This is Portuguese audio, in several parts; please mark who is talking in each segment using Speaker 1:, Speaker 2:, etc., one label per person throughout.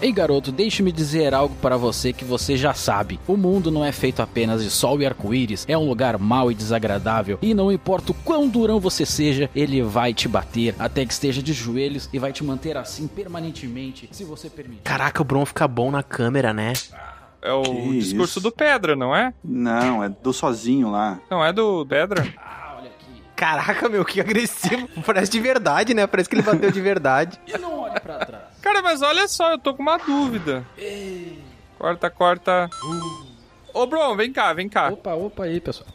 Speaker 1: Ei garoto, deixe-me dizer algo para você que você já sabe. O mundo não é feito apenas de sol e arco-íris, é um lugar mau e desagradável. E não importa o quão durão você seja, ele vai te bater até que esteja de joelhos e vai te manter assim permanentemente, se você permitir.
Speaker 2: Caraca, o Bron fica bom na câmera, né?
Speaker 3: É o
Speaker 4: Que
Speaker 3: discurso
Speaker 4: isso?
Speaker 3: do Pedra, não é?
Speaker 4: Não, é do sozinho lá.
Speaker 3: Não é do Pedra?
Speaker 1: Ah, olha aqui.
Speaker 2: Caraca, meu, que agressivo. Parece de verdade, né? Parece que ele bateu de verdade.
Speaker 1: E não olhe pra trás.
Speaker 3: Cara, mas olha só, eu tô com uma dúvida. Corta, corta. Ô, Bron, vem cá, vem cá.
Speaker 1: Opa, opa aí, pessoal.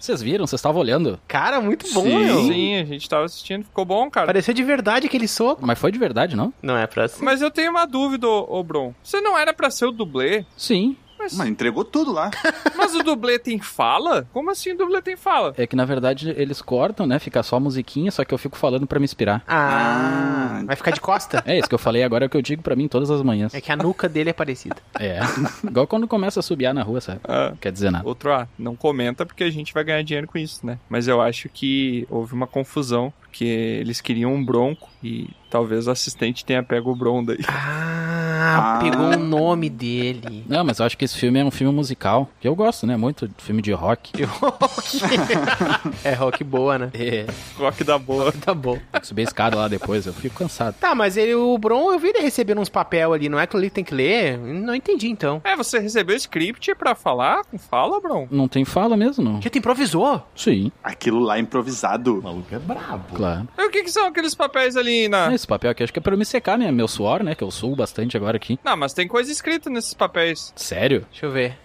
Speaker 1: Vocês viram? Vocês estavam olhando?
Speaker 2: Cara, muito bom,
Speaker 4: Sim.
Speaker 2: meu.
Speaker 3: Sim, a gente tava assistindo, ficou bom, cara.
Speaker 2: Pareceu de verdade aquele soco.
Speaker 1: Mas foi de verdade, não?
Speaker 2: Não é pra ser.
Speaker 3: Mas eu tenho uma dúvida, ô, ô, Bron. Você não era pra ser o dublê?
Speaker 1: Sim.
Speaker 3: Mas,
Speaker 4: Mas entregou tudo lá.
Speaker 3: mas o dublê tem fala? Como assim o dublê tem fala?
Speaker 1: É que na verdade eles cortam, né? Fica só a musiquinha, só que eu fico falando pra me inspirar.
Speaker 2: Ah,
Speaker 4: Ah.
Speaker 2: vai ficar de costa?
Speaker 1: É isso que eu falei agora, é o que eu digo pra mim todas as manhãs.
Speaker 2: É que a nuca dele é parecida.
Speaker 1: É. Igual quando começa a subir na rua, sabe?
Speaker 3: Ah.
Speaker 1: Não quer dizer nada.
Speaker 3: Outro A, não comenta porque a gente vai ganhar dinheiro com isso, né? Mas eu acho que houve uma confusão, porque eles queriam um bronco e talvez o assistente tenha pego o bron daí.
Speaker 2: Ah,
Speaker 4: Ah.
Speaker 2: pegou o nome dele.
Speaker 1: Não, mas eu acho que esse filme é um filme musical. Que eu gosto, né? Muito de filme de rock.
Speaker 2: É rock boa, né?
Speaker 1: É.
Speaker 3: Rock da boa.
Speaker 2: Tá bom.
Speaker 1: Tem que subir a escada lá depois, eu fico cansado.
Speaker 2: Tá, mas ele, o Bron, eu vi ele recebendo uns papel ali, não é que ele tem que ler? Não entendi, então.
Speaker 3: É, você recebeu o script pra falar? Com Fala, Bron.
Speaker 1: Não tem fala mesmo, não?
Speaker 2: Já tu improvisou?
Speaker 1: Sim,
Speaker 4: Aquilo lá improvisado.
Speaker 1: claro.
Speaker 3: E o que, que são aqueles papéis ali
Speaker 1: Ah,
Speaker 3: na.
Speaker 1: Esse papel aqui acho que é pra eu me secar, né? Meu suor, né? Que eu suo bastante agora aqui.
Speaker 3: Não, mas tem coisa escrita nesses papéis.
Speaker 1: Sério?
Speaker 2: Deixa eu ver.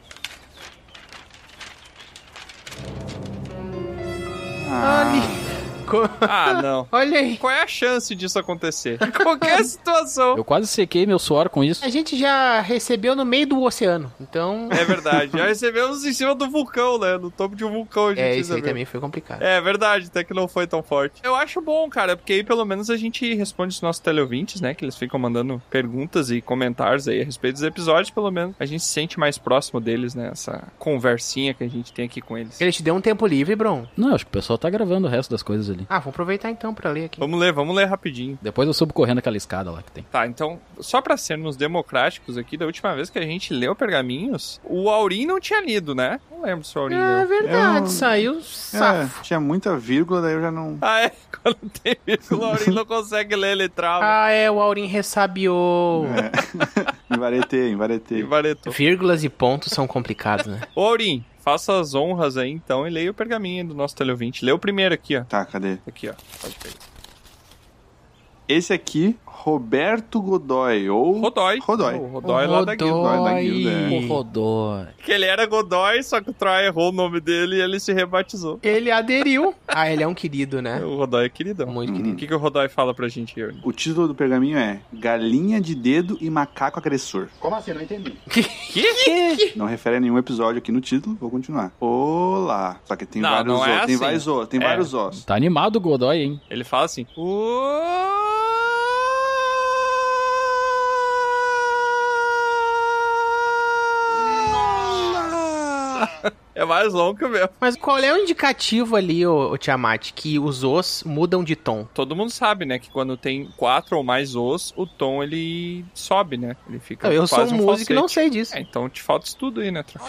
Speaker 4: Ah,
Speaker 2: Co-
Speaker 3: Ah, não.
Speaker 2: Olha aí.
Speaker 3: Qual é a chance disso acontecer? Em qualquer situação.
Speaker 1: Eu quase sequei meu suor com isso.
Speaker 2: A gente já recebeu no meio do oceano, então...
Speaker 3: É verdade. Já recebemos em cima do vulcão, né? No topo de um vulcão, a gente
Speaker 2: É, isso aí
Speaker 3: recebeu.
Speaker 2: também foi complicado.
Speaker 3: É verdade, até que não foi tão forte. Eu acho bom, cara, porque aí pelo menos a gente responde os nossos teleouvintes, né? Que eles ficam mandando perguntas e comentários aí a respeito dos episódios, pelo menos. A gente se sente mais próximo deles, né? Essa conversinha que a gente tem aqui com eles.
Speaker 2: Ele te deu um tempo livre, Bron.
Speaker 1: Não, acho que o pessoal tá gravando o resto das coisas ali.
Speaker 2: Ah, vou aproveitar então pra ler aqui.
Speaker 3: Vamos ler, vamos ler rapidinho.
Speaker 1: Depois eu subo correndo aquela escada lá que tem.
Speaker 3: Tá, então, só pra sermos democráticos aqui, da última vez que a gente leu pergaminhos, o Aurim não tinha lido, né? Não lembro se o Aurim
Speaker 2: É
Speaker 3: leu.
Speaker 2: verdade,
Speaker 4: Eu-
Speaker 2: saiu
Speaker 4: é,
Speaker 2: safo.
Speaker 4: tinha muita vírgula, daí eu já não.
Speaker 3: Ah, é? Quando tem vírgula, o Aurim não consegue ler, ele trava.
Speaker 2: Ah, é, o Aurim ressabiou.
Speaker 4: Envaretei,
Speaker 3: E
Speaker 4: envaretei.
Speaker 3: varetou.
Speaker 2: É. Vírgulas e pontos são complicados, né?
Speaker 3: Ô, Aurim, faça as honras aí então e leia o pergaminho do nosso teleouvinte. Lê o primeiro aqui, ó.
Speaker 4: Tá, cadê?
Speaker 3: Aqui, ó. Pode pegar.
Speaker 4: Esse aqui, Roberto Godoy, ou.
Speaker 3: Rodói.
Speaker 4: Rodói.
Speaker 3: O Rodói lá da Guilda.
Speaker 4: Rodói da guilda, é.
Speaker 1: O Rodói.
Speaker 3: Que ele era Godói, só que o Troy errou o nome dele e ele se rebatizou.
Speaker 2: Ele aderiu. Ah, ele é um querido, né?
Speaker 3: O Rodói é queridão.
Speaker 2: Muito querido.
Speaker 3: O que, que o Rodói fala pra gente, Yuri?
Speaker 4: O título do pergaminho é Galinha de Dedo e Macaco Agressor. Não refere a nenhum episódio aqui no título, vou continuar. Olá! Só que tem
Speaker 3: Não,
Speaker 4: vários
Speaker 3: não é
Speaker 4: ó, tem
Speaker 3: assim.
Speaker 4: vários ó, tem
Speaker 3: É.
Speaker 4: vários os.
Speaker 1: Tá animado o Godoy, hein?
Speaker 3: Ele fala assim. É mais longo que o meu.
Speaker 2: Mas qual é o indicativo ali, ô, ô Tiamat, que os os mudam de tom?
Speaker 3: Todo mundo sabe, né, que quando tem quatro ou mais os, o tom ele sobe, né? Ele fica
Speaker 2: Eu, sou
Speaker 3: quase
Speaker 2: um
Speaker 3: um
Speaker 2: músico e não
Speaker 3: falsete.
Speaker 2: sei disso.
Speaker 3: É, então te falta estudo aí, né, Tro?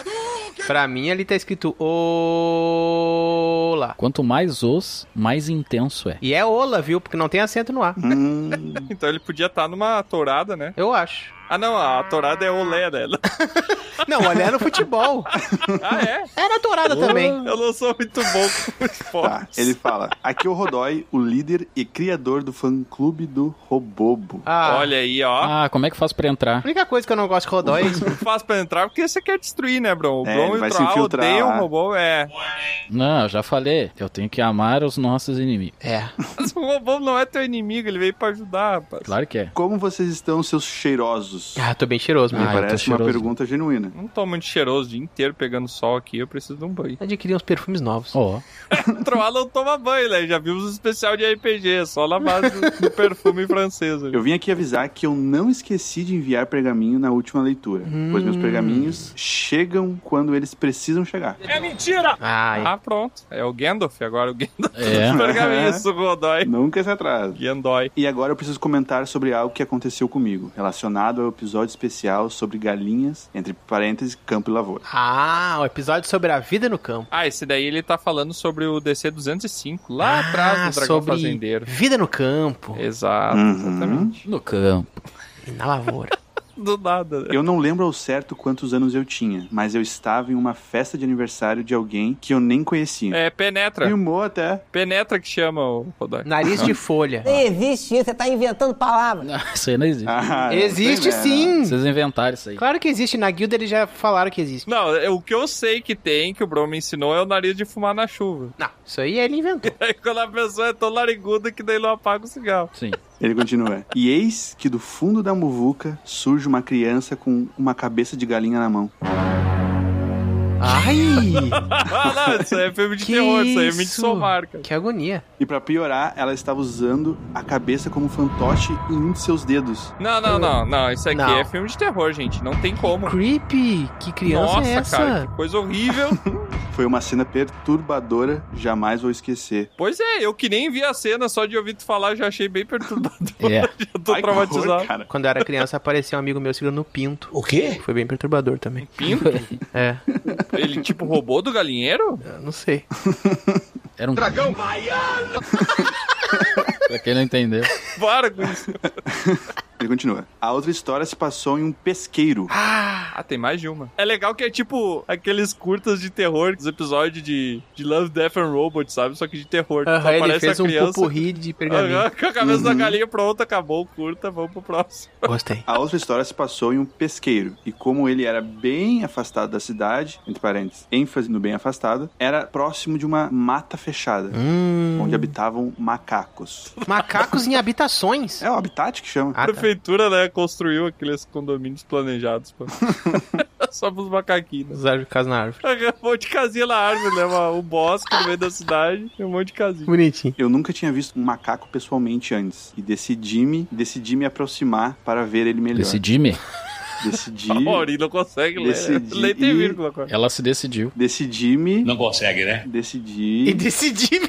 Speaker 2: Pra mim ali tá escrito Olá.
Speaker 1: Quanto mais os, mais intenso é.
Speaker 2: E é Ola, viu? Porque não tem acento no A.
Speaker 3: Ah!
Speaker 4: Hum,
Speaker 3: Então ele podia estar numa tourada, né?
Speaker 2: Eu acho.
Speaker 3: Ah, não, a tourada é olé, né?
Speaker 2: Não, olha, é no futebol.
Speaker 3: Ah, é?
Speaker 2: Era dourada também.
Speaker 3: Eu não sou muito bom com
Speaker 4: tá,
Speaker 3: esporte.
Speaker 4: ele fala. Aqui é o Rodói, o líder e criador do fã clube do Robobo.
Speaker 2: Ah, olha.
Speaker 3: Olha aí, ó.
Speaker 1: Ah, como é que faz pra entrar?
Speaker 2: A única coisa que eu não gosto de Rodói é isso.
Speaker 3: Não faz pra entrar porque você quer destruir, né, Bron? O
Speaker 4: É, ele
Speaker 3: Bron e
Speaker 4: vai
Speaker 3: o
Speaker 4: se
Speaker 3: Troll
Speaker 4: infiltrar
Speaker 3: odeiam o
Speaker 4: lá.
Speaker 3: robô, é.
Speaker 1: Não, eu já falei. Eu tenho que amar os nossos inimigos.
Speaker 2: É.
Speaker 3: Mas o robô não é teu inimigo, ele veio pra ajudar, rapaz.
Speaker 1: Claro que é.
Speaker 4: Como vocês estão, seus cheirosos?
Speaker 2: Ah, tô bem cheiroso,
Speaker 1: Ah,
Speaker 2: meu.
Speaker 1: eu tô
Speaker 4: Parece uma
Speaker 1: cheiroso.
Speaker 4: pergunta genuína.
Speaker 3: Não tô muito cheiroso o dia inteiro pegando sol aqui, eu preciso de um banho.
Speaker 2: Adquiri uns perfumes novos.
Speaker 1: Ó,
Speaker 3: O Troll não toma banho, né? Já vimos o especial de RPG, só na base do, do perfume francês. né?
Speaker 4: Eu vim aqui avisar que eu
Speaker 1: Hum.
Speaker 4: não esqueci de enviar pergaminho na última leitura, pois meus pergaminhos chegam quando eles precisam chegar.
Speaker 2: Ai.
Speaker 3: Ah, pronto. É o Gandalf agora, o Gandalf.
Speaker 1: É.
Speaker 3: Pergaminho, isso, Godoy.
Speaker 4: Nunca se atrasa.
Speaker 3: Gandói.
Speaker 4: E agora eu preciso comentar sobre algo que aconteceu comigo, relacionado ao episódio especial sobre galinhas, entre parênteses, campo e lavoura.
Speaker 2: Ah, o episódio sobre a vida no campo.
Speaker 3: Ah, esse daí ele tá falando sobre o DC 205, lá atrás do Dragão
Speaker 2: sobre
Speaker 3: Fazendeiro.
Speaker 2: vida no campo
Speaker 3: É. Exato,
Speaker 4: Uhum.
Speaker 3: Ah, exatamente.
Speaker 1: No campo.
Speaker 2: e na lavoura.
Speaker 3: Do nada, né?
Speaker 4: Eu não lembro ao certo quantos anos eu tinha, mas eu estava em uma festa de aniversário de alguém que eu nem conhecia.
Speaker 3: É, penetra.
Speaker 4: Filmou até.
Speaker 3: Penetra que chama o Godoy.
Speaker 2: Nariz de folha.
Speaker 5: Não existe isso, você tá inventando palavras.
Speaker 1: Não, isso aí não existe.
Speaker 4: Ah, não
Speaker 2: Existe
Speaker 4: sei, né?
Speaker 2: sim.
Speaker 1: Vocês inventaram isso aí.
Speaker 2: Claro que existe. Na guilda eles já falaram que existe.
Speaker 3: Não, é- o que eu sei que tem, que o Bro me ensinou, é o nariz de fumar na chuva.
Speaker 2: Não, isso aí ele inventou.
Speaker 3: Aí quando a pessoa é tão nariguda que daí não apaga o cigarro.
Speaker 1: Sim.
Speaker 4: Ele continua. E eis que do fundo da muvuca surge uma criança com uma cabeça de galinha na mão.
Speaker 2: Ai,
Speaker 3: Ah, não, isso aí é filme de
Speaker 2: Que
Speaker 3: terror, isso aí é
Speaker 2: isso?
Speaker 3: Midsommar, cara.
Speaker 2: que agonia.
Speaker 4: E pra piorar, ela estava usando a cabeça como fantoche em um de seus dedos.
Speaker 3: Não, não, não, não, isso aqui
Speaker 2: Não.
Speaker 3: é filme de terror, gente, não tem como.
Speaker 2: Creepy. Que criança
Speaker 3: Nossa,
Speaker 2: é essa?
Speaker 3: cara, que coisa horrível.
Speaker 4: Foi uma cena perturbadora, jamais vou esquecer.
Speaker 3: pois é, eu que nem vi a cena, só de ouvir tu falar já achei bem perturbador.
Speaker 1: É.
Speaker 3: Eu tô
Speaker 4: Ai, que horror,
Speaker 3: traumatizado.
Speaker 4: cara.
Speaker 2: Quando eu era criança, apareceu um amigo meu segurando o pinto. O quê? Foi bem perturbador também.
Speaker 3: Pinto?
Speaker 2: É,
Speaker 3: Ele tipo roubou do galinheiro?
Speaker 2: eu não sei.
Speaker 1: Era um dragão baiano. pra quem não entendeu.
Speaker 3: Para com isso.
Speaker 4: Ele continua. A outra história se passou em um pesqueiro.
Speaker 3: Ah, tem mais de uma. É legal que é tipo aqueles curtas de terror, os episódios de, de Love, Death and Robots, sabe? Só que de terror. Só
Speaker 2: Aham, ele
Speaker 3: aparece
Speaker 2: fez
Speaker 3: a
Speaker 2: um
Speaker 3: criança-
Speaker 2: pupurri de pergaminho.
Speaker 3: Aham, com a cabeça
Speaker 2: Uhum.
Speaker 3: da galinha pronta, acabou o curta, vamos pro próximo.
Speaker 2: Gostei.
Speaker 4: A outra história se passou em um pesqueiro, e como ele era bem afastado da cidade, entre parênteses, ênfase no bem afastado, era próximo de uma mata fechada,
Speaker 2: Hum,
Speaker 4: onde habitavam macacos.
Speaker 2: macacos em habitações.
Speaker 4: É o habitat que chama.
Speaker 2: Ah,
Speaker 3: a
Speaker 2: tá.
Speaker 3: prefeitura, né, construiu aqueles condomínios planejados, pô. Só pros macaquinhos.
Speaker 2: Usar casa na árvore.
Speaker 3: Aham, Um monte de casinha na árvore, né? uma- Um bosque no meio da cidade e um monte de casinha.
Speaker 2: Bonitinho.
Speaker 4: Eu nunca tinha visto um macaco pessoalmente antes, e decidi me, decidi me aproximar para ver ele melhor.
Speaker 1: Esse Jimmy,
Speaker 4: Decidi...
Speaker 3: A Mauri não consegue ler. né?
Speaker 4: Decidi-
Speaker 3: Nem tem vírgula agora.
Speaker 1: ela se decidiu.
Speaker 4: Decidi me...
Speaker 6: Não consegue, né?
Speaker 2: E
Speaker 4: Decidi...
Speaker 2: decidi.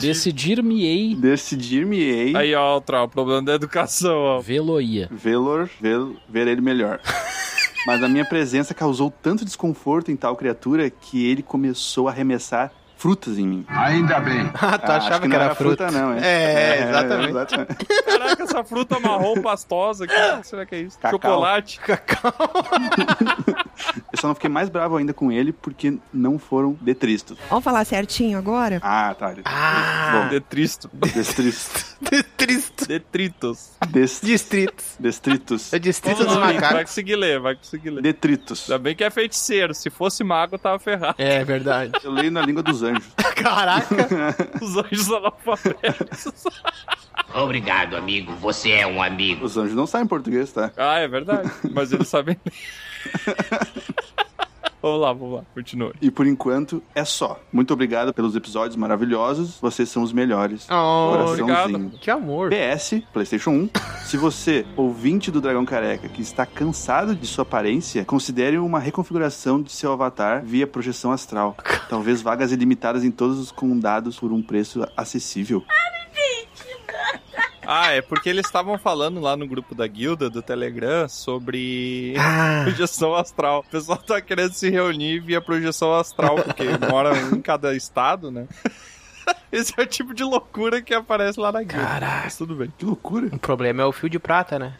Speaker 1: Decidir-me-ei
Speaker 4: Decidir-me-ei...
Speaker 3: Aí, ó, o tra- o problema da educação, ó.
Speaker 1: veloia.
Speaker 4: Velor, vel, ver ele melhor. Mas a minha presença causou tanto desconforto em tal criatura que ele começou a arremessar frutas em mim.
Speaker 2: Ah, tu
Speaker 4: Ah, acho
Speaker 2: achava que,
Speaker 4: não
Speaker 2: era fruta.
Speaker 4: não, hein?
Speaker 2: É, exatamente.
Speaker 4: exatamente.
Speaker 3: Caraca, essa fruta marrom pastosa, que que será que é isso?
Speaker 4: Cacau.
Speaker 3: Chocolate.
Speaker 4: Eu só não fiquei mais bravo ainda com ele porque não foram detristos.
Speaker 7: Vamos falar certinho agora?
Speaker 4: Ah, tá.
Speaker 2: Ah,
Speaker 3: Detristo.
Speaker 4: Destritos.
Speaker 2: distrito.
Speaker 3: Detritos.
Speaker 4: Des-
Speaker 2: Distritos.
Speaker 4: destritos.
Speaker 2: É distrito dos
Speaker 3: Vamos lá, gente, Vai
Speaker 2: macacos.
Speaker 3: conseguir ler, vai conseguir ler.
Speaker 4: Detritos.
Speaker 3: Ainda bem que é feiticeiro. Se fosse mago, tava ferrado.
Speaker 2: É verdade.
Speaker 4: Eu leio na língua dos anjos.
Speaker 2: Caraca.
Speaker 3: Os anjos analfabetos.
Speaker 8: Obrigado, amigo. Você é um amigo.
Speaker 4: Os anjos não sabem português, tá?
Speaker 3: Ah, é verdade. Mas eles sabem ler. Vamos lá, vamos lá. Continue.
Speaker 4: E por enquanto é só. Muito obrigado pelos episódios maravilhosos. Vocês são os melhores.
Speaker 2: Oh,
Speaker 4: Coraçãozinho.
Speaker 2: que amor.
Speaker 4: PS, PlayStation 1. Se você, ouvinte do Dragão Careca, que está cansado de sua aparência, considere uma reconfiguração de seu avatar via projeção astral. Talvez vagas ilimitadas em todos os condados por um preço acessível.
Speaker 3: Ah, é porque eles estavam falando lá no grupo da guilda, do Telegram, sobre
Speaker 2: Ah,
Speaker 3: projeção astral. O pessoal tá querendo se reunir via projeção astral, porque mora um em cada estado, né? Esse é o tipo de loucura que aparece lá na guilda.
Speaker 2: caraca.
Speaker 3: Mas tudo bem.
Speaker 4: Que loucura!
Speaker 2: O problema é o fio de prata, né?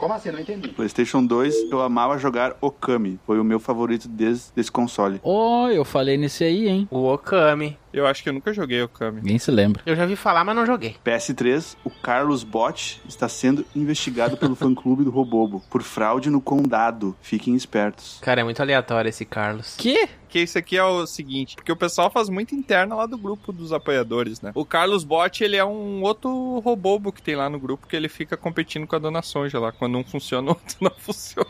Speaker 4: PlayStation 2, eu amava jogar Okami. Foi o meu favorito des- desse console.
Speaker 1: Oh, eu falei nesse aí, hein?
Speaker 2: O Okami.
Speaker 3: Eu acho que eu nunca joguei o Kami.
Speaker 1: Ninguém se lembra.
Speaker 2: Eu já vi falar, mas não joguei.
Speaker 4: PS3, o Carlos Bot está sendo investigado pelo fã-clube do Robobo por fraude no condado. Fiquem espertos.
Speaker 2: Cara, é muito aleatório esse Carlos.
Speaker 1: Que?
Speaker 3: Que isso aqui é o seguinte, porque o pessoal faz muito interna lá do grupo dos apoiadores, né? O Carlos Bot, ele é um outro robobo que tem lá no grupo, que ele fica competindo com a Dona Sonja lá. Quando um funciona, o outro não funciona.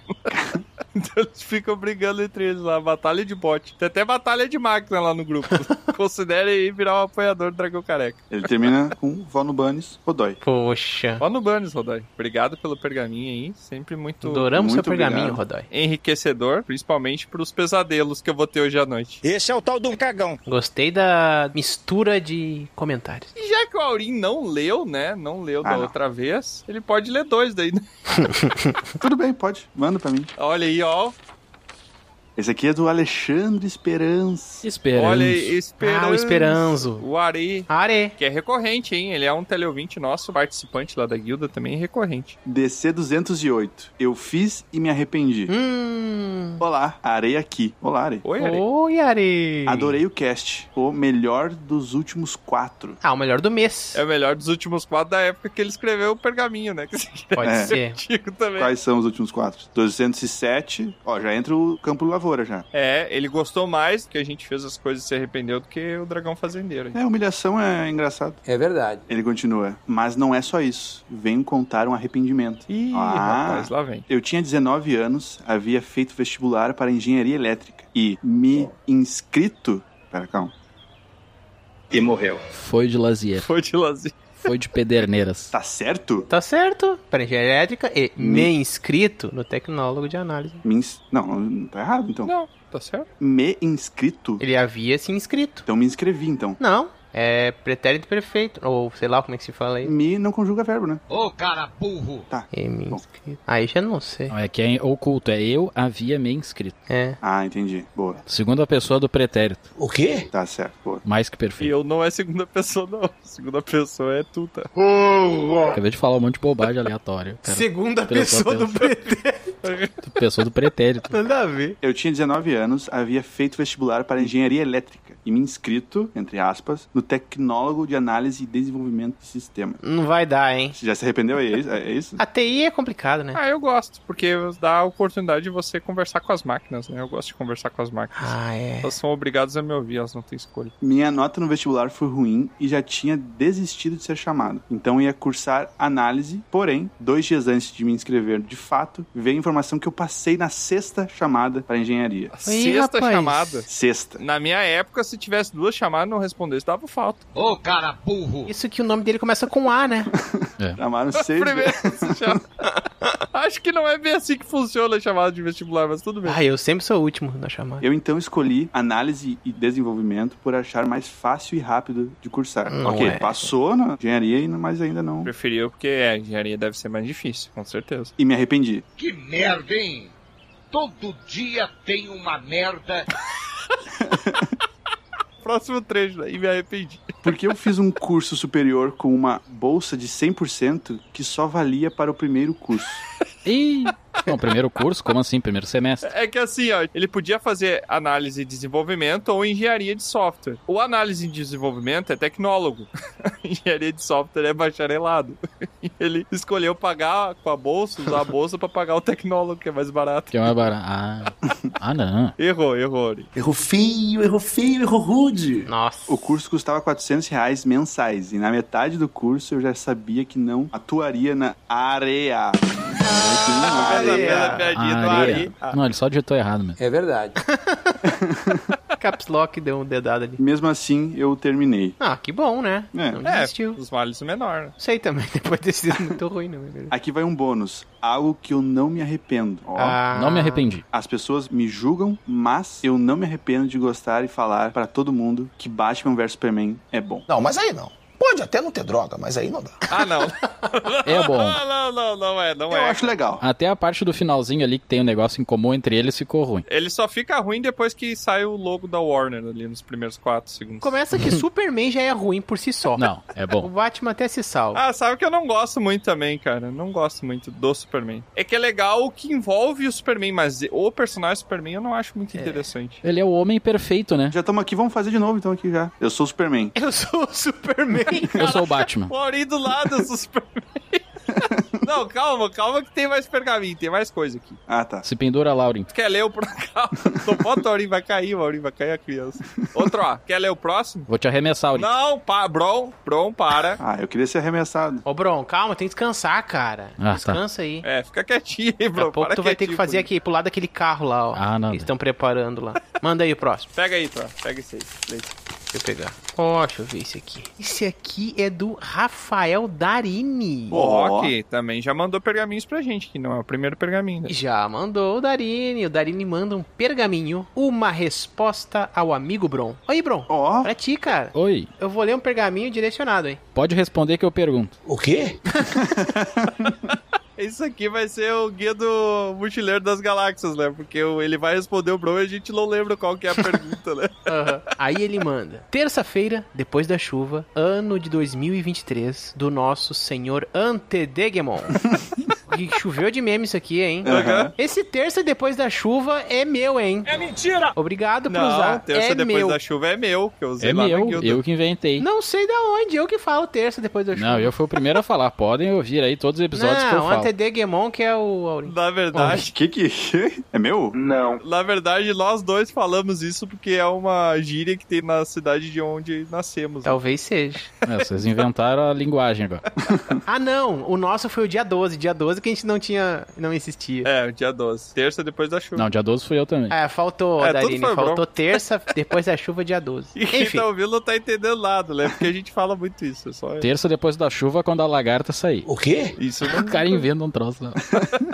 Speaker 3: Então eles ficam brigando entre eles lá, batalha de bot. Tem até batalha de máquina lá no grupo. Considere aí virar um apoiador do Dragão Careca.
Speaker 4: Ele termina com Val no Banes, Rodói.
Speaker 2: Poxa.
Speaker 3: Ó no Banes, Rodói. Obrigado pelo pergaminho aí. Sempre muito
Speaker 2: Adoramos seu
Speaker 4: Muito
Speaker 2: pergaminho,
Speaker 4: obrigado.
Speaker 2: Rodói.
Speaker 3: enriquecedor, principalmente pros pesadelos que eu vou ter hoje à noite.
Speaker 6: Esse é o tal do cagão.
Speaker 2: Gostei da mistura de comentários.
Speaker 3: E já que o Aurim não leu, né? Não leu da
Speaker 4: Ah, não.
Speaker 3: outra vez, ele pode ler dois daí. né?
Speaker 4: Tudo bem, pode. Manda pra mim.
Speaker 3: Olha aí, ó.
Speaker 4: Esse aqui é do Alexandre Esperança.
Speaker 1: Esperança.
Speaker 3: Olha aí, Esperanzo.
Speaker 2: Ah, o Esperanzo.
Speaker 3: O Ari,
Speaker 2: Are.
Speaker 3: que é recorrente, hein? Ele é um teleouvinte nosso, participante lá da guilda também, recorrente.
Speaker 4: DC 208. Eu fiz e me arrependi.
Speaker 2: Hum.
Speaker 4: Olá, Arei aqui. Olá, Arei.
Speaker 3: Oi, Ari.
Speaker 2: Oi, Are.
Speaker 4: Adorei o cast. O melhor dos últimos quatro.
Speaker 2: Ah, o melhor do mês.
Speaker 3: É o melhor dos últimos quatro da época que ele escreveu o pergaminho, né? Que esse aqui
Speaker 2: Pode
Speaker 4: É.
Speaker 2: ser.
Speaker 3: antigo também.
Speaker 4: Quais são os últimos quatro? 207. Ó, já entra o Campo Lavoura já.
Speaker 3: É, ele gostou mais que a gente fez as coisas e se arrependeu do que o Dragão Fazendeiro. hein?
Speaker 4: É, humilhação é engraçado.
Speaker 6: É verdade.
Speaker 4: Ele continua. Mas não é só isso. Venho contar um arrependimento.
Speaker 3: Ih,
Speaker 4: Ah.
Speaker 3: rapaz, lá vem.
Speaker 4: Eu tinha 19 anos, havia feito vestibular para engenharia elétrica e me inscrito. Pera, calma.
Speaker 6: E morreu.
Speaker 1: Foi de lazier.
Speaker 3: Foi de lazer.
Speaker 1: Foi de pederneiras.
Speaker 4: Tá certo?
Speaker 2: Tá certo. Para engenharia elétrica e me inscrito no tecnólogo de análise.
Speaker 4: Me ins... Não, não tá errado então.
Speaker 3: Não, tá certo?
Speaker 4: Me inscrito?
Speaker 2: Ele havia se inscrito.
Speaker 4: Então me inscrevi então.
Speaker 2: Não. É pretérito perfeito. Ou sei lá como é que se fala aí.
Speaker 4: Me não conjuga verbo, né?
Speaker 8: Ô, cara burro!
Speaker 4: Tá.
Speaker 2: E me
Speaker 4: Bom.
Speaker 2: inscrito. É, Aí já não sei.
Speaker 1: Não, é que é oculto, é eu havia me inscrito.
Speaker 2: É.
Speaker 4: Ah, entendi. Boa.
Speaker 1: Segunda pessoa do pretérito.
Speaker 6: O quê?
Speaker 4: Tá certo. Boa.
Speaker 1: Mais que
Speaker 3: E
Speaker 1: perfeito.
Speaker 3: eu não é segunda pessoa, não. Segunda pessoa é tu, tá?
Speaker 1: Acabei de falar um monte de bobagem aleatória. Cara,
Speaker 2: Segunda
Speaker 1: pessoa do
Speaker 2: pretérito.
Speaker 1: pessoa do pretérito.
Speaker 2: Nada a ver.
Speaker 4: Eu tinha 19 anos, havia feito vestibular para engenharia elétrica e me inscrito, entre aspas, no tecnólogo de análise e desenvolvimento de sistema.
Speaker 2: Não vai dar, hein?
Speaker 4: Você já se arrependeu? É isso? É isso?
Speaker 2: A TI é complicado, né?
Speaker 3: Ah, eu gosto, porque dá a oportunidade de você conversar com as máquinas, né? Eu gosto de conversar com as máquinas.
Speaker 2: Ah, é.
Speaker 3: Elas são obrigadas a me ouvir, elas não têm escolha.
Speaker 4: Minha nota no vestibular foi ruim e já tinha desistido de ser chamado. Então ia cursar análise, porém, dois dias antes de me inscrever de fato, veio a informação que eu passei na sexta chamada para engenharia.
Speaker 3: A sexta
Speaker 2: rapaz.
Speaker 3: chamada.
Speaker 4: Sexta.
Speaker 3: Na minha época, se tivesse duas chamadas e não respondesse, dava falta.
Speaker 8: Ô, cara burro!
Speaker 2: Isso que o nome dele começa com A, né?
Speaker 4: Chamaram seis.
Speaker 3: Primeiro, se chama. Acho que não é bem assim que funciona a chamada de vestibular, mas tudo bem.
Speaker 2: Ah, eu sempre sou o último na chamada.
Speaker 4: Eu então escolhi análise e desenvolvimento por achar mais fácil e rápido de cursar.
Speaker 2: Não
Speaker 4: ok,
Speaker 2: é.
Speaker 4: passou na engenharia, e- mas ainda não.
Speaker 3: Preferiu porque é, a engenharia deve ser mais difícil, com certeza.
Speaker 4: E me arrependi.
Speaker 8: Que merda, hein? Todo dia tem uma merda.
Speaker 3: Próximo trecho, né? e me arrependi.
Speaker 4: Porque eu fiz um curso superior com uma bolsa de 100% que só valia para o primeiro curso.
Speaker 1: Ih! Não, primeiro curso? Como assim? Primeiro semestre?
Speaker 3: É que assim, ó, ele podia fazer análise e desenvolvimento ou engenharia de software. O análise e desenvolvimento é tecnólogo. engenharia de software é bacharelado. E ele escolheu pagar com a bolsa, usar a bolsa pra pagar o tecnólogo, que é mais barato.
Speaker 1: Que é mais barato. Ah, ah não.
Speaker 3: Errou, errou. Ori.
Speaker 7: Errou feio, errou feio, errou rude.
Speaker 2: Nossa.
Speaker 4: O curso custava 400 reais mensais e na metade do curso eu já sabia que não atuaria na areia.
Speaker 3: Pela-
Speaker 4: areia.
Speaker 3: pela piadinha do
Speaker 1: Ah, Areia.
Speaker 3: Ari. Ah,
Speaker 1: Não, ele só digitou errado mesmo.
Speaker 6: É verdade.
Speaker 2: Caps Lock deu um dedado ali.
Speaker 4: Mesmo assim, eu terminei.
Speaker 2: Ah, que bom, né?
Speaker 4: É.
Speaker 2: Não
Speaker 3: É,
Speaker 2: desistiu.
Speaker 3: os males o menor, né?
Speaker 2: Não sei também, depois ter sido muito ruim, não é verdade?
Speaker 4: Aqui vai um bônus, algo que eu não me arrependo. Ó,
Speaker 2: Ah,
Speaker 1: Não me arrependi.
Speaker 4: As pessoas me julgam, mas eu não me arrependo de gostar e falar pra todo mundo que Batman vs Superman é bom.
Speaker 7: Não, mas aí não. Pode até não ter droga, mas aí não dá.
Speaker 3: Ah, não.
Speaker 1: É bom.
Speaker 3: Ah, não, não, não é, não
Speaker 4: Eu
Speaker 3: é.
Speaker 4: acho legal.
Speaker 1: Até a parte do finalzinho ali que tem um negócio em comum entre eles ficou ruim.
Speaker 3: Ele só fica ruim depois que sai o logo da Warner ali nos primeiros quatro segundos.
Speaker 4: é
Speaker 2: Começa que Superman já é ruim por si só.
Speaker 1: Não, é
Speaker 2: O
Speaker 1: bom.
Speaker 2: Batman até se salva.
Speaker 3: Ah, sabe que eu não gosto muito também, cara. Eu Não gosto muito do Superman. É que é legal o que envolve o Superman, mas o personagem Superman eu não acho muito interessante.
Speaker 1: Ele é o homem perfeito, né?
Speaker 4: Já estamos aqui, vamos fazer de novo então aqui já. Eu sou o Superman.
Speaker 2: Eu Ah, sou o Superman.
Speaker 1: Eu sou o Batman.
Speaker 3: O Aurim do lado, eu sou o Superman. Não, calma, calma que tem mais pergaminho, tem mais coisa aqui.
Speaker 4: Ah, tá.
Speaker 1: Se pendura, Lauren.
Speaker 3: Tu quer ler o próximo? Não bota o Aurim, vai cair, o Aurim, vai cair a criança. Outro, ó, quer ler o próximo?
Speaker 1: Vou te arremessar, Aurim.
Speaker 3: Não, pa, Bron, Bron, para.
Speaker 4: Ah, eu queria ser arremessado.
Speaker 2: Ô, Bron, calma, tem que descansar, cara.
Speaker 1: Ah, tá.
Speaker 2: Descansa aí.
Speaker 3: É, fica quietinho, aí,
Speaker 2: Daqui
Speaker 3: Bron,
Speaker 2: a pouco
Speaker 3: para
Speaker 2: tu vai ter que
Speaker 3: quietinho,
Speaker 2: fazer
Speaker 3: por
Speaker 2: aqui, pular daquele carro lá, ó.
Speaker 1: Ah, não.
Speaker 2: Que estão preparando lá. Manda aí o próximo.
Speaker 3: isso. Pega aí, Tro, pega esse aí. lê esse.
Speaker 2: Deixa eu pegar. Ó, deixa eu ver esse aqui. Esse aqui é do Rafael Darini.
Speaker 3: O
Speaker 4: Ó.
Speaker 3: Rock também já mandou pergaminhos pra gente, que não é o primeiro pergaminho. né?
Speaker 2: Já mandou o Darini. O Darini manda um pergaminho, uma resposta ao amigo Bron. Aí, Bron.
Speaker 4: Ó,
Speaker 2: Pra ti, cara.
Speaker 1: Oi,
Speaker 2: Eu vou ler um pergaminho direcionado, hein?
Speaker 1: pode responder que eu pergunto.
Speaker 7: O quê?
Speaker 3: Isso aqui vai ser o guia do Mochileiro das Galáxias, né? Porque o- ele vai responder o Bron e a gente não lembra qual que é a pergunta, né?
Speaker 2: Aí ele manda. Terça-feira, depois da chuva, ano de 2023, do nosso senhor Antedegemon. Que choveu de meme isso aqui, hein?
Speaker 4: Aham.
Speaker 2: Esse terça depois da chuva é meu, hein? É mentira! Obrigado por usar.
Speaker 3: Não, terça
Speaker 2: é
Speaker 3: depois
Speaker 2: meu.
Speaker 3: da chuva é meu, que eu usei
Speaker 1: É
Speaker 3: lá na
Speaker 1: meu,
Speaker 3: guilda.
Speaker 1: eu que inventei. Não,
Speaker 2: Não sei da onde, eu que falo terça depois da chuva.
Speaker 1: eu fui o primeiro a falar. Podem ouvir aí todos os episódios que eu
Speaker 2: Não,
Speaker 1: falo.
Speaker 2: Antedegemon que é o Aurim.
Speaker 3: Na verdade,
Speaker 4: que que... É meu?
Speaker 6: Não.
Speaker 3: na verdade, nós dois falamos isso porque é uma gíria que tem na cidade de onde nascemos.
Speaker 2: Talvez seja.
Speaker 1: É, vocês inventaram a linguagem agora.
Speaker 2: ah, não, o nosso foi o dia 12. Dia 12 que a gente não tinha, não existia.
Speaker 3: É, o dia 12. Terça depois da chuva.
Speaker 1: Não, dia 12 fui eu também.
Speaker 2: É, faltou,
Speaker 3: É, tudo
Speaker 2: Darine.
Speaker 3: foi
Speaker 2: Faltou
Speaker 3: bom.
Speaker 2: terça, depois da chuva, dia 12.
Speaker 3: E quem
Speaker 2: Enfim,
Speaker 3: tá ouvindo não tá entendendo nada, né? Porque a gente fala muito isso. é Só...
Speaker 1: Terça depois da chuva, quando a lagarta sair.
Speaker 7: O quê?
Speaker 3: Isso
Speaker 1: O
Speaker 3: não.
Speaker 1: cara inventa um troço. lá.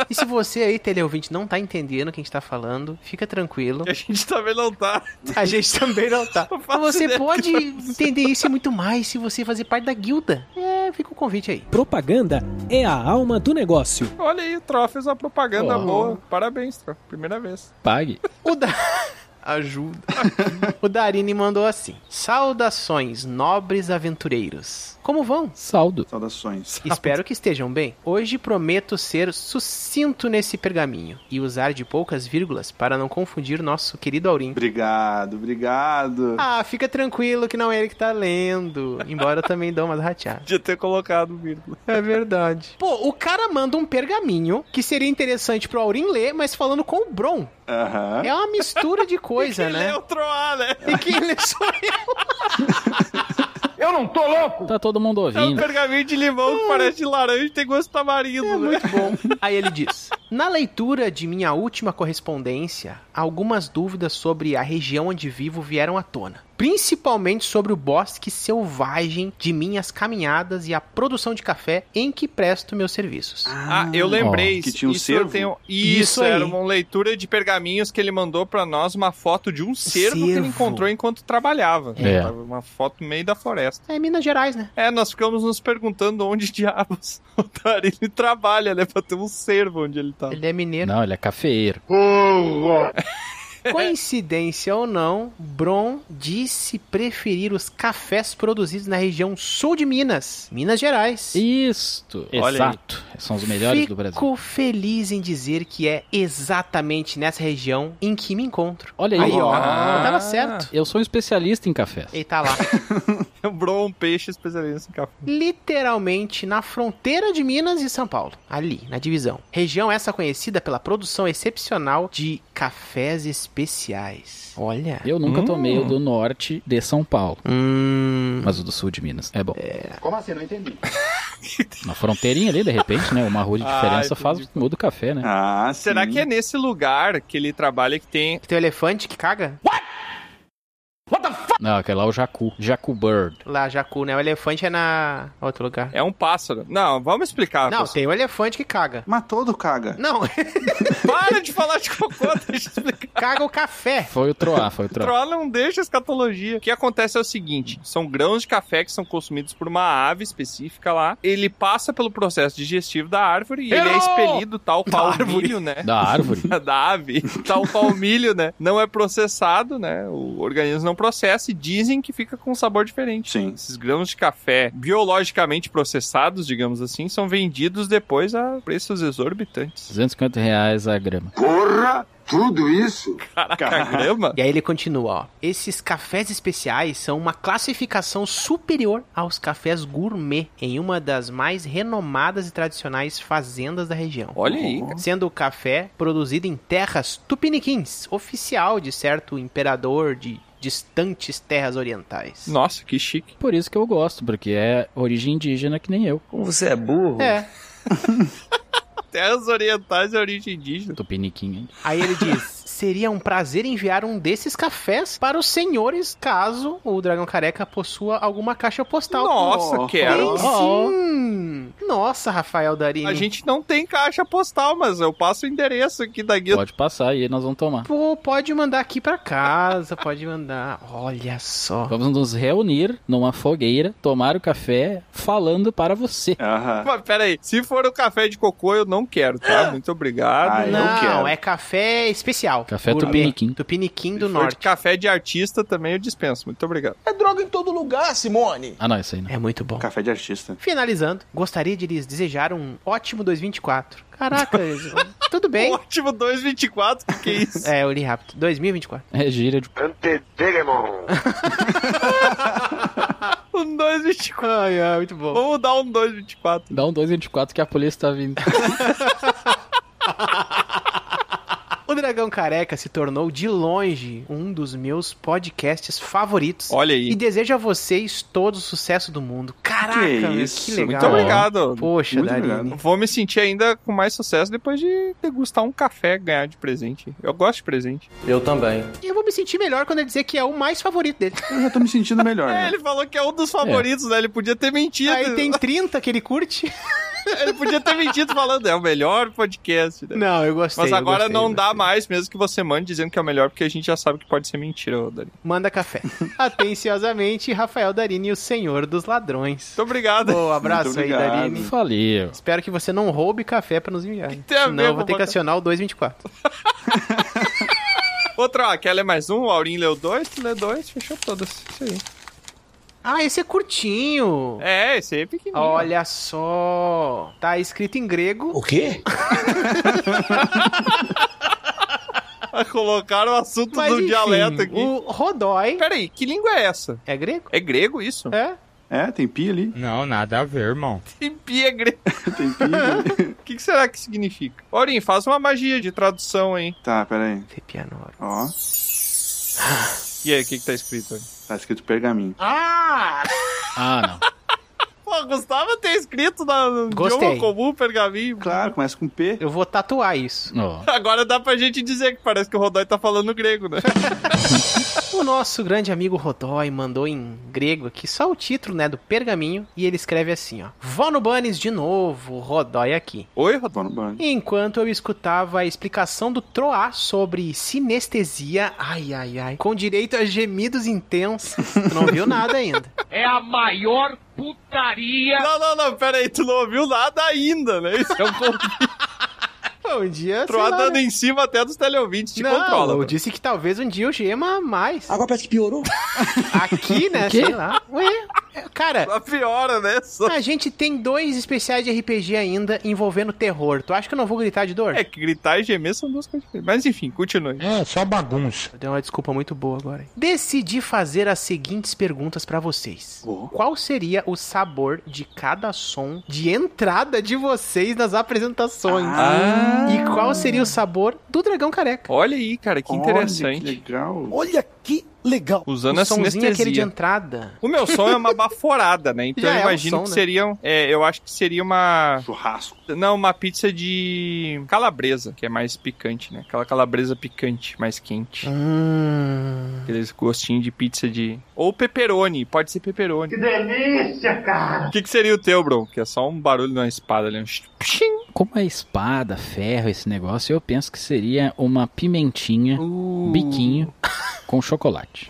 Speaker 2: e se você aí, teleouvinte, não tá entendendo o que a gente tá falando, fica tranquilo.
Speaker 3: A gente também não tá.
Speaker 2: A gente também não tá.
Speaker 3: Eu faço
Speaker 2: Mas você
Speaker 3: ideia do
Speaker 2: pode
Speaker 3: que eu
Speaker 2: entender isso e muito mais se você fazer parte da guilda. É, fica o convite aí.
Speaker 9: Propaganda é a alma do negócio.
Speaker 3: Olha aí, o Tro fez uma propaganda
Speaker 1: Oh.
Speaker 3: boa. Parabéns, Tro. Primeira vez.
Speaker 1: Pague.
Speaker 2: O da... Ajuda. o Darine mandou assim: Saudações, nobres aventureiros. Como vão?
Speaker 1: Saldo.
Speaker 4: Saudações.
Speaker 2: Espero que estejam bem. Hoje prometo ser sucinto nesse pergaminho e usar de poucas vírgulas para não confundir nosso querido Aurim.
Speaker 4: Obrigado, obrigado.
Speaker 2: Ah, fica tranquilo que não é ele que tá lendo. Embora eu também dou umas rateadas.
Speaker 3: Podia ter colocado vírgula.
Speaker 2: É verdade. Pô, o cara manda um pergaminho que seria interessante pro Aurim ler, mas falando com o Bron.
Speaker 4: Aham.
Speaker 2: É uma mistura de coisa,
Speaker 3: Quem
Speaker 2: né?
Speaker 3: leu o Tro A, né?
Speaker 2: E quem é lê sou eu.
Speaker 1: Tá todo mundo
Speaker 3: É um
Speaker 1: ouvindo.
Speaker 3: pergaminho de limão que parece de laranja e tem gosto de tamarindo,
Speaker 2: É
Speaker 3: né?
Speaker 2: bom. Aí ele diz: Na leitura de minha última correspondência, algumas dúvidas sobre a região onde vivo vieram à tona. Principalmente sobre o bosque selvagem de minhas caminhadas e a produção de café em que presto meus serviços.
Speaker 3: Ah, eu lembrei.
Speaker 4: Ó, que tinha um
Speaker 3: isso
Speaker 4: cervo?
Speaker 3: eu tenho- Isso,
Speaker 2: Isso
Speaker 3: era
Speaker 2: aí.
Speaker 3: uma leitura de pergaminhos que ele mandou pra nós uma foto de um cervo, que ele
Speaker 2: Cervo.
Speaker 3: encontrou enquanto trabalhava.
Speaker 1: É.
Speaker 3: Tava Uma foto no meio da floresta.
Speaker 2: É Minas Gerais, né?
Speaker 3: É, nós ficamos nos perguntando onde diabos o Tarino trabalha, né? Pra ter um cervo onde ele tá.
Speaker 2: Ele é mineiro.
Speaker 1: Não, ele é cafeeiro.
Speaker 2: Coincidência ou não, Bron disse preferir os cafés produzidos na região sul de Minas, Minas Gerais.
Speaker 1: Isto.
Speaker 3: Olha aí.
Speaker 1: Exato. São os melhores do Brasil.
Speaker 2: Fico feliz em dizer que é exatamente nessa região em que me encontro.
Speaker 1: Olha aí.
Speaker 2: Aí, ó.
Speaker 3: Ah.
Speaker 2: Tava certo.
Speaker 1: Eu sou um especialista em cafés.
Speaker 2: Ele tá lá.
Speaker 3: Lembrou um peixe especialista em café.
Speaker 2: Literalmente na fronteira de Minas e São Paulo. Ali, na divisão. Região essa conhecida pela produção excepcional de cafés especiais. Olha.
Speaker 1: Eu nunca
Speaker 3: Hum.
Speaker 1: tomei o do norte de São Paulo,
Speaker 2: Hum.
Speaker 1: mas o do sul de Minas. É bom.
Speaker 6: Como assim? Não entendi.
Speaker 1: Na fronteirinha ali, de repente, né? Uma rua de
Speaker 3: Ah,
Speaker 1: diferença
Speaker 3: entendi.
Speaker 1: faz muda o café, né?
Speaker 4: Ah, sim.
Speaker 3: Será que é nesse lugar que ele trabalha que tem.
Speaker 2: Tem um elefante que caga?
Speaker 1: Não, aquele lá é o Jacu. Jacu Bird.
Speaker 2: Lá, Jacu, né? O elefante é na. Outro lugar.
Speaker 3: É um pássaro. Não, vamos explicar.
Speaker 2: Não,
Speaker 3: pessoal.
Speaker 2: tem um elefante que caga.
Speaker 4: Mas todo caga.
Speaker 2: Não,
Speaker 3: Para de falar de cocô, deixa eu explicar.
Speaker 2: caga o café.
Speaker 1: Foi o Troá, foi o Troá.
Speaker 3: Troll não deixa escatologia. O que acontece é o seguinte: são grãos de café que são consumidos por uma ave específica lá. Ele passa pelo processo digestivo da árvore e ele é expelido, tal qual o milho, né?
Speaker 1: Da árvore.
Speaker 3: da ave, tal qual o milho, né? Não é processado, né? O organismo não processa e dizem que fica com um sabor diferente.
Speaker 4: Sim.
Speaker 3: Esses grãos de café biologicamente processados, digamos assim, são vendidos depois a preços exorbitantes.
Speaker 1: 250 reais a grama.
Speaker 6: Porra!
Speaker 10: Tudo isso?
Speaker 3: Caramba!
Speaker 2: E aí ele continua, ó. Esses cafés especiais são uma classificação superior aos cafés gourmet em uma das mais renomadas e tradicionais fazendas da região.
Speaker 3: Olha aí, cara.
Speaker 2: Sendo o café produzido em terras tupiniquins, oficial de certo imperador de distantes terras orientais.
Speaker 3: Nossa, que chique.
Speaker 1: Por isso que eu gosto, porque é origem indígena que nem eu.
Speaker 6: Como você é burro?
Speaker 2: É.
Speaker 3: Terras orientais é origem indígena.
Speaker 1: Tupiniquim, hein?
Speaker 2: Aí ele diz: seria um prazer enviar um desses cafés para os senhores caso o Dragão Careca possua alguma caixa postal.
Speaker 3: Nossa, quero.
Speaker 2: Tem sim! Nossa, Rafael Darini.
Speaker 3: A gente não tem caixa postal, mas eu passo o endereço aqui da guia.
Speaker 1: Pode passar e aí nós vamos tomar.
Speaker 2: Pô, pode mandar aqui para casa, pode mandar. Olha só.
Speaker 1: Vamos nos reunir numa fogueira, tomar o café, falando para você.
Speaker 4: Aham.
Speaker 3: Mas peraí, se for o café de cocô, eu não quero, tá? Muito obrigado.
Speaker 4: Ah, eu
Speaker 2: não,
Speaker 4: quero.
Speaker 2: é café especial.
Speaker 1: Café
Speaker 2: Gourmet.
Speaker 1: tupiniquim.
Speaker 2: Tupiniquim do
Speaker 3: Se for de
Speaker 2: norte.
Speaker 3: café de artista também eu dispenso. Muito obrigado.
Speaker 7: É droga em todo lugar, Simone.
Speaker 1: Ah, não, isso aí não.
Speaker 2: É muito bom.
Speaker 4: Café de artista.
Speaker 2: Finalizando, gostaria de lhes desejar um ótimo 2024. Caraca, tudo bem.
Speaker 3: Ótimo 224, que que é isso?
Speaker 2: É, eu li rápido. 2024.
Speaker 1: É gíria de...
Speaker 10: Antedegemon.
Speaker 3: Um 224.
Speaker 2: Ai, ai, muito bom.
Speaker 3: Vamos dar um 224.
Speaker 1: Dá um 224 que a polícia tá vindo.
Speaker 2: O Dragão Careca se tornou, de longe, um dos meus podcasts favoritos.
Speaker 3: Olha
Speaker 2: E
Speaker 3: aí.
Speaker 2: desejo a vocês todo o sucesso do mundo. Caraca,
Speaker 4: Que
Speaker 2: velho,
Speaker 4: isso,
Speaker 2: que legal.
Speaker 3: Muito obrigado.
Speaker 2: Poxa,
Speaker 4: Muito
Speaker 2: Darine.
Speaker 4: obrigado.
Speaker 3: Vou me sentir ainda com mais sucesso depois de degustar um café e ganhar de presente. Eu gosto de presente.
Speaker 6: Eu também.
Speaker 2: Eu vou me sentir melhor quando ele dizer que é o mais favorito dele.
Speaker 4: Eu já tô me sentindo melhor.
Speaker 3: É,
Speaker 4: né?
Speaker 3: ele falou que é um dos favoritos, né? Ele podia ter mentido.
Speaker 2: Aí tem 30 que ele curte.
Speaker 3: Ele podia ter mentido falando, é o melhor podcast, né?
Speaker 2: Não, eu gostei.
Speaker 3: Mas
Speaker 2: eu
Speaker 3: agora
Speaker 2: gostei,
Speaker 3: não
Speaker 2: eu
Speaker 3: dá
Speaker 2: gostei.
Speaker 3: mais, mesmo que você mande dizendo que é o melhor, porque a gente já sabe que pode ser mentira, ô Dani.
Speaker 2: Manda café. Atenciosamente, Rafael Darini, o senhor dos ladrões.
Speaker 3: Muito obrigado.
Speaker 2: Bom, abraço
Speaker 4: Muito
Speaker 2: aí,
Speaker 4: obrigado.
Speaker 2: Darini.
Speaker 1: Faliu.
Speaker 2: Espero que você não roube café pra nos enviar.
Speaker 3: Tem a
Speaker 2: Senão
Speaker 3: ver,
Speaker 2: eu vou
Speaker 3: vou
Speaker 2: ter que
Speaker 3: botar.
Speaker 2: acionar o 224.
Speaker 3: Outra, ó, quer ler mais um? O Aurinho leu dois, tu lê dois, fechou todas. Isso aí.
Speaker 2: Ah, esse é curtinho.
Speaker 3: É, esse aí é pequenininho.
Speaker 2: Olha só. Tá escrito em grego.
Speaker 7: O quê?
Speaker 3: Colocaram o assunto
Speaker 2: Mas,
Speaker 3: do
Speaker 2: enfim,
Speaker 3: dialeto aqui.
Speaker 2: O Rodói.
Speaker 3: Peraí, que língua é essa?
Speaker 2: É grego?
Speaker 3: É grego isso?
Speaker 2: É?
Speaker 4: É, tem pi ali.
Speaker 6: Não, nada a ver, irmão.
Speaker 3: Tempi é grego.
Speaker 4: Tem pi ali.
Speaker 3: O que, que será que significa? Aurinho, faz uma magia de tradução aí.
Speaker 4: tá, peraí.
Speaker 2: Tepianor.
Speaker 4: Ó,
Speaker 3: E aí, o que, que tá escrito aí?
Speaker 4: tá escrito pergaminho.
Speaker 1: Ah, não.
Speaker 3: Pô, Gustavo tem escrito na, no
Speaker 2: Gostei.
Speaker 3: idioma comum, pergaminho.
Speaker 4: Claro, começa com P.
Speaker 2: Eu vou tatuar isso.
Speaker 1: Ó.
Speaker 3: Agora dá pra gente dizer que parece que o Rodói tá falando grego, né?
Speaker 2: O nosso grande amigo Rodói mandou em grego aqui só o título, né, do pergaminho. E ele escreve assim, ó. Vó no Banes de novo, Rodói aqui.
Speaker 3: Oi, Rodói.
Speaker 4: Bom, no banho.
Speaker 2: Enquanto eu escutava a explicação do Troá sobre sinestesia, ai ai ai, com direito a gemidos intensos, tu não viu nada ainda.
Speaker 8: É a maior putaria.
Speaker 3: Não, não, não, pera aí, tu não ouviu nada ainda, né? Isso é um controle
Speaker 2: Um dia, sei lá,
Speaker 3: dando
Speaker 2: né?
Speaker 3: em cima até dos teleouvintes, te
Speaker 2: não,
Speaker 3: controla.
Speaker 2: eu
Speaker 3: bro.
Speaker 2: disse que talvez um dia eu gema mais.
Speaker 7: Agora parece que piorou.
Speaker 2: Aqui, né,
Speaker 1: quê?
Speaker 2: sei lá. Ué, é, cara,
Speaker 3: Só piora, né? Só-
Speaker 2: a gente tem dois especiais de RPG ainda envolvendo terror. Tu acha que eu não vou gritar de dor?
Speaker 3: É que gritar e gemer são duas coisas diferentes. Mas enfim, continue.
Speaker 6: É, só bagunça.
Speaker 2: Deu uma desculpa muito boa agora. hein? Decidi fazer as seguintes perguntas pra vocês.
Speaker 4: Oh.
Speaker 2: Qual seria o sabor de cada som de entrada de vocês nas apresentações?
Speaker 3: Ah.
Speaker 2: E qual seria o sabor do dragão careca?
Speaker 3: Olha aí, cara, que
Speaker 4: Olha,
Speaker 3: interessante.
Speaker 4: que legal.
Speaker 7: Olha que legal.
Speaker 3: Usando
Speaker 2: o
Speaker 3: a
Speaker 2: somzinho é
Speaker 3: sinestesia.
Speaker 2: aquele de entrada.
Speaker 3: O meu som é uma baforada, né? Então
Speaker 2: Já
Speaker 3: eu
Speaker 2: é um
Speaker 3: imagino
Speaker 2: som,
Speaker 3: que
Speaker 2: né?
Speaker 3: seria. um- é, eu acho que seria uma.
Speaker 4: Churrasco.
Speaker 3: Não, uma pizza de calabresa, que é mais picante, né? Aquela calabresa picante, mais quente.
Speaker 2: Hum.
Speaker 3: Aqueles gostinhos de pizza de. Ou pepperoni, pode ser pepperoni. Que delícia, cara! O que, que seria o teu, bro? Que é só um barulho de uma espada ali. um ch- pshim.
Speaker 1: Como é espada, ferro, esse negócio, eu penso que seria uma pimentinha,
Speaker 2: Uh.
Speaker 1: biquinho, com chocolate.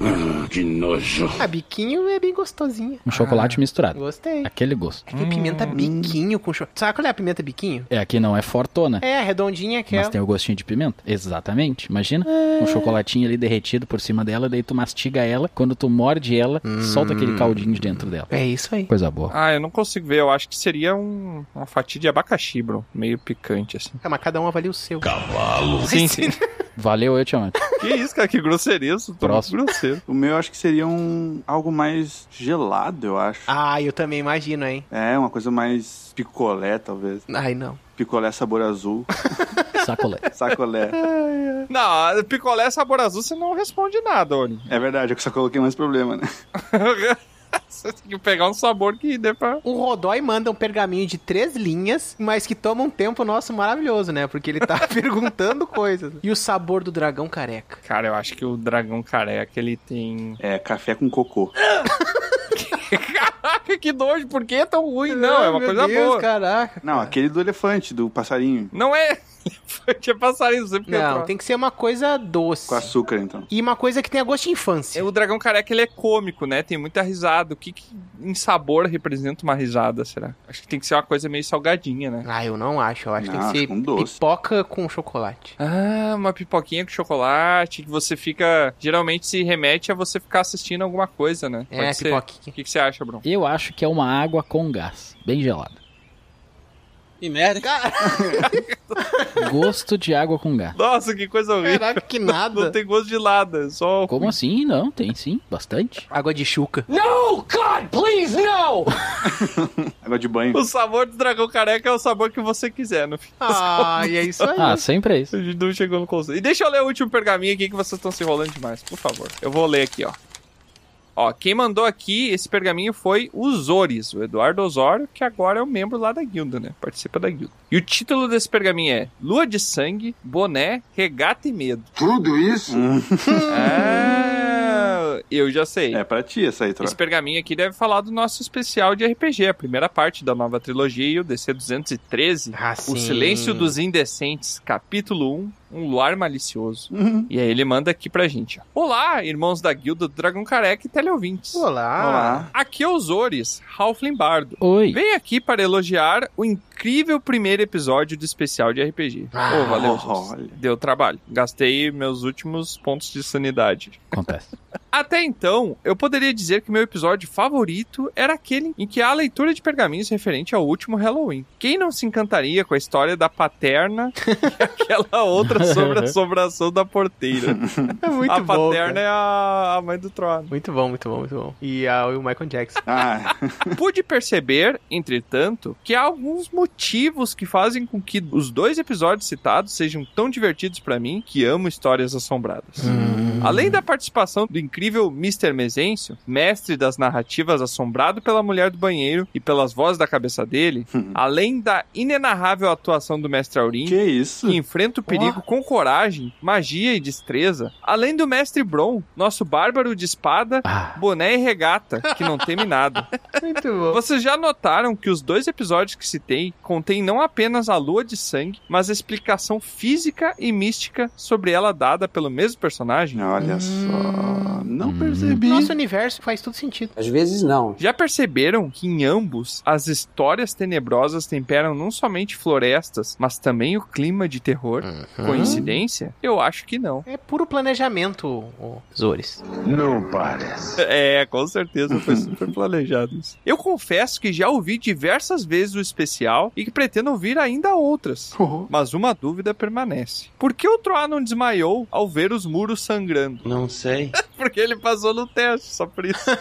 Speaker 10: Que nojo.
Speaker 2: Ah, biquinho é bem gostosinho. Ah,
Speaker 1: Um chocolate Ah. Hum. misturado.
Speaker 2: Gostei.
Speaker 1: Aquele gosto.
Speaker 2: Aqui pimenta biquinho com chocolate. Sabe qual é a pimenta biquinho?
Speaker 1: É, aqui não é fortona.
Speaker 2: É, a redondinha que
Speaker 1: Mas
Speaker 2: é.
Speaker 1: tem o gostinho de pimenta. Exatamente. Imagina um chocolatinho ali derretido por cima dela, daí tu mastiga ela. Quando tu morde ela, solta aquele caldinho de dentro dela.
Speaker 2: É isso aí.
Speaker 1: Coisa boa.
Speaker 3: Ah, eu não consigo ver. Eu acho que seria um- uma
Speaker 2: Ah,
Speaker 3: fatia de abacaxi, bro. Meio picante, assim.
Speaker 2: Mas cada um avalia o seu.
Speaker 3: Sim, sim.
Speaker 1: Valeu, eu te amo.
Speaker 3: Que isso, cara? Que grosseria isso. Tô muito
Speaker 1: Próximo.
Speaker 3: grosseiro.
Speaker 4: O meu eu acho que seria um algo mais gelado, eu acho.
Speaker 2: Ah, eu também imagino, hein?
Speaker 4: É, uma coisa mais picolé, talvez.
Speaker 2: Ai, não.
Speaker 4: Picolé sabor azul.
Speaker 1: Sacolé.
Speaker 4: Sacolé.
Speaker 3: Não, picolé sabor azul, você não responde nada, Oni.
Speaker 4: É verdade, eu que só coloquei mais problema, né?
Speaker 3: Você tem que pegar um sabor que dê pra...
Speaker 2: O Rodói manda um pergaminho de três linhas, mas que toma um tempo nosso maravilhoso, né? Porque ele tá perguntando coisas. E o sabor do dragão careca.
Speaker 3: Cara, eu acho que o dragão careca, ele tem...
Speaker 4: É, café com cocô.
Speaker 3: Caraca, Ah, que nojo. Por que é tão ruim? Não, é uma
Speaker 2: Ai, meu
Speaker 3: coisa
Speaker 2: Deus,
Speaker 3: boa.
Speaker 2: caraca.
Speaker 4: Não, aquele do elefante, do passarinho.
Speaker 3: Não é... Elefante é passarinho, não sei porque eu
Speaker 2: Não,
Speaker 3: tô-
Speaker 2: tem que ser uma coisa doce.
Speaker 4: Com açúcar, então.
Speaker 2: E uma coisa que tenha gosto de infância.
Speaker 3: O dragão careca, ele é cômico, né? Tem muita risada. O que, que em sabor representa uma risada, será? Acho que tem que ser uma coisa meio salgadinha, né?
Speaker 2: Ah, eu não acho. Eu acho
Speaker 4: Não,
Speaker 2: que tem
Speaker 4: acho
Speaker 2: que ser
Speaker 4: um doce.
Speaker 2: pipoca com chocolate.
Speaker 3: Ah, uma pipoquinha com chocolate que você fica... Geralmente se remete a você ficar assistindo alguma coisa, né?
Speaker 2: É,
Speaker 3: ser. O
Speaker 2: pipoquinha.
Speaker 3: que, que você acha, Bruno?
Speaker 1: Eu acho que é uma água com gás, bem gelada.
Speaker 11: Que merda.
Speaker 1: Gosto de água com gás.
Speaker 3: Nossa, que coisa horrível.
Speaker 2: Caraca, que
Speaker 3: Não
Speaker 2: nada.
Speaker 3: tem gosto de nada, é só...
Speaker 1: Como assim? Não, tem sim, bastante.
Speaker 2: Água de chuca.
Speaker 8: No, God, please, no!
Speaker 4: Água de banho.
Speaker 3: O sabor do dragão careca é o sabor que você quiser, no fim.
Speaker 2: Ah, e é isso aí.
Speaker 1: Ah, sempre é isso.
Speaker 3: A gente não chegou no conceito. E deixa eu ler o último pergaminho aqui que vocês estão se enrolando demais, por favor. Eu vou ler aqui, ó. Ó, quem mandou aqui esse pergaminho foi o Zores, o Eduardo Osório, que agora é um membro lá da guilda, né? Participa da guilda. E o título desse pergaminho é Lua de Sangue, Boné, Regata e Medo.
Speaker 10: Tudo isso?
Speaker 3: Ah, eu já sei.
Speaker 4: É pra ti essa aí, troca.
Speaker 3: Esse pergaminho aqui deve falar do nosso especial de RPG, a primeira parte da nova trilogia e o DC 213.
Speaker 2: Ah,
Speaker 3: O
Speaker 2: sim.
Speaker 3: Silêncio dos Indecentes, capítulo 1, Um Luar Malicioso.
Speaker 2: Uhum.
Speaker 3: E aí ele manda aqui pra gente. ó. Olá, irmãos da Guilda do Dragão Careca e teleouvintes.
Speaker 4: Ah.
Speaker 2: Olá.
Speaker 4: Olá.
Speaker 3: Aqui é os Ores, Ralph Limbardo.
Speaker 1: Oi.
Speaker 3: Vem aqui para elogiar o incrível primeiro episódio do especial de RPG.
Speaker 2: Ah,
Speaker 3: Ô, valeu,
Speaker 4: olha.
Speaker 3: gente. Deu trabalho. Gastei meus últimos pontos de sanidade.
Speaker 1: Acontece.
Speaker 3: Até então, eu poderia dizer que meu episódio favorito era aquele em que há a leitura de pergaminhos referente ao último Halloween. Quem não se encantaria com a história da paterna e aquela outra sobre a assombração da porteira?
Speaker 2: É muito
Speaker 3: a
Speaker 2: bom.
Speaker 3: paterna
Speaker 2: cara.
Speaker 3: é a, a mãe do né? Trono.
Speaker 2: Muito bom, muito bom, muito bom. E ah, o Michael Jackson.
Speaker 4: Ah,
Speaker 3: Pude perceber, entretanto, que há alguns motivos que fazem com que os dois episódios citados sejam tão divertidos pra mim, que amo histórias assombradas.
Speaker 4: Hum.
Speaker 3: Além da participação do incrível Mr. Mezencio, mestre das narrativas assombrado pela mulher do banheiro e pelas vozes da cabeça dele, além da inenarrável atuação do mestre Aurim,
Speaker 4: Hum. que isso?
Speaker 3: que enfrenta o perigo com coragem, magia e destreza, além do mestre Bron, nosso bárbaro de espada,
Speaker 1: Ah,
Speaker 3: boné e regata, que não teme nada.
Speaker 2: Muito bom.
Speaker 3: Vocês já notaram que os dois episódios que citei contêm não apenas a lua de sangue, mas a explicação física e mística sobre ela dada pelo mesmo personagem?
Speaker 4: Olha só. Não percebi.
Speaker 2: Nosso universo faz todo sentido.
Speaker 11: Às vezes não.
Speaker 3: Já perceberam que em ambos as histórias tenebrosas temperam não somente florestas, mas também o clima de terror? Coincidência? Eu acho que não.
Speaker 2: É puro planejamento, ô, Zores.
Speaker 10: Não parece.
Speaker 3: É, com certeza foi super planejado isso. Eu confesso que já ouvi diversas vezes o especial e que pretendo ouvir ainda outras. Mas uma dúvida permanece. Por que o Troá não desmaiou ao ver os muros sangrando?
Speaker 6: Não sei.
Speaker 3: Porque ele passou no teste, só por isso.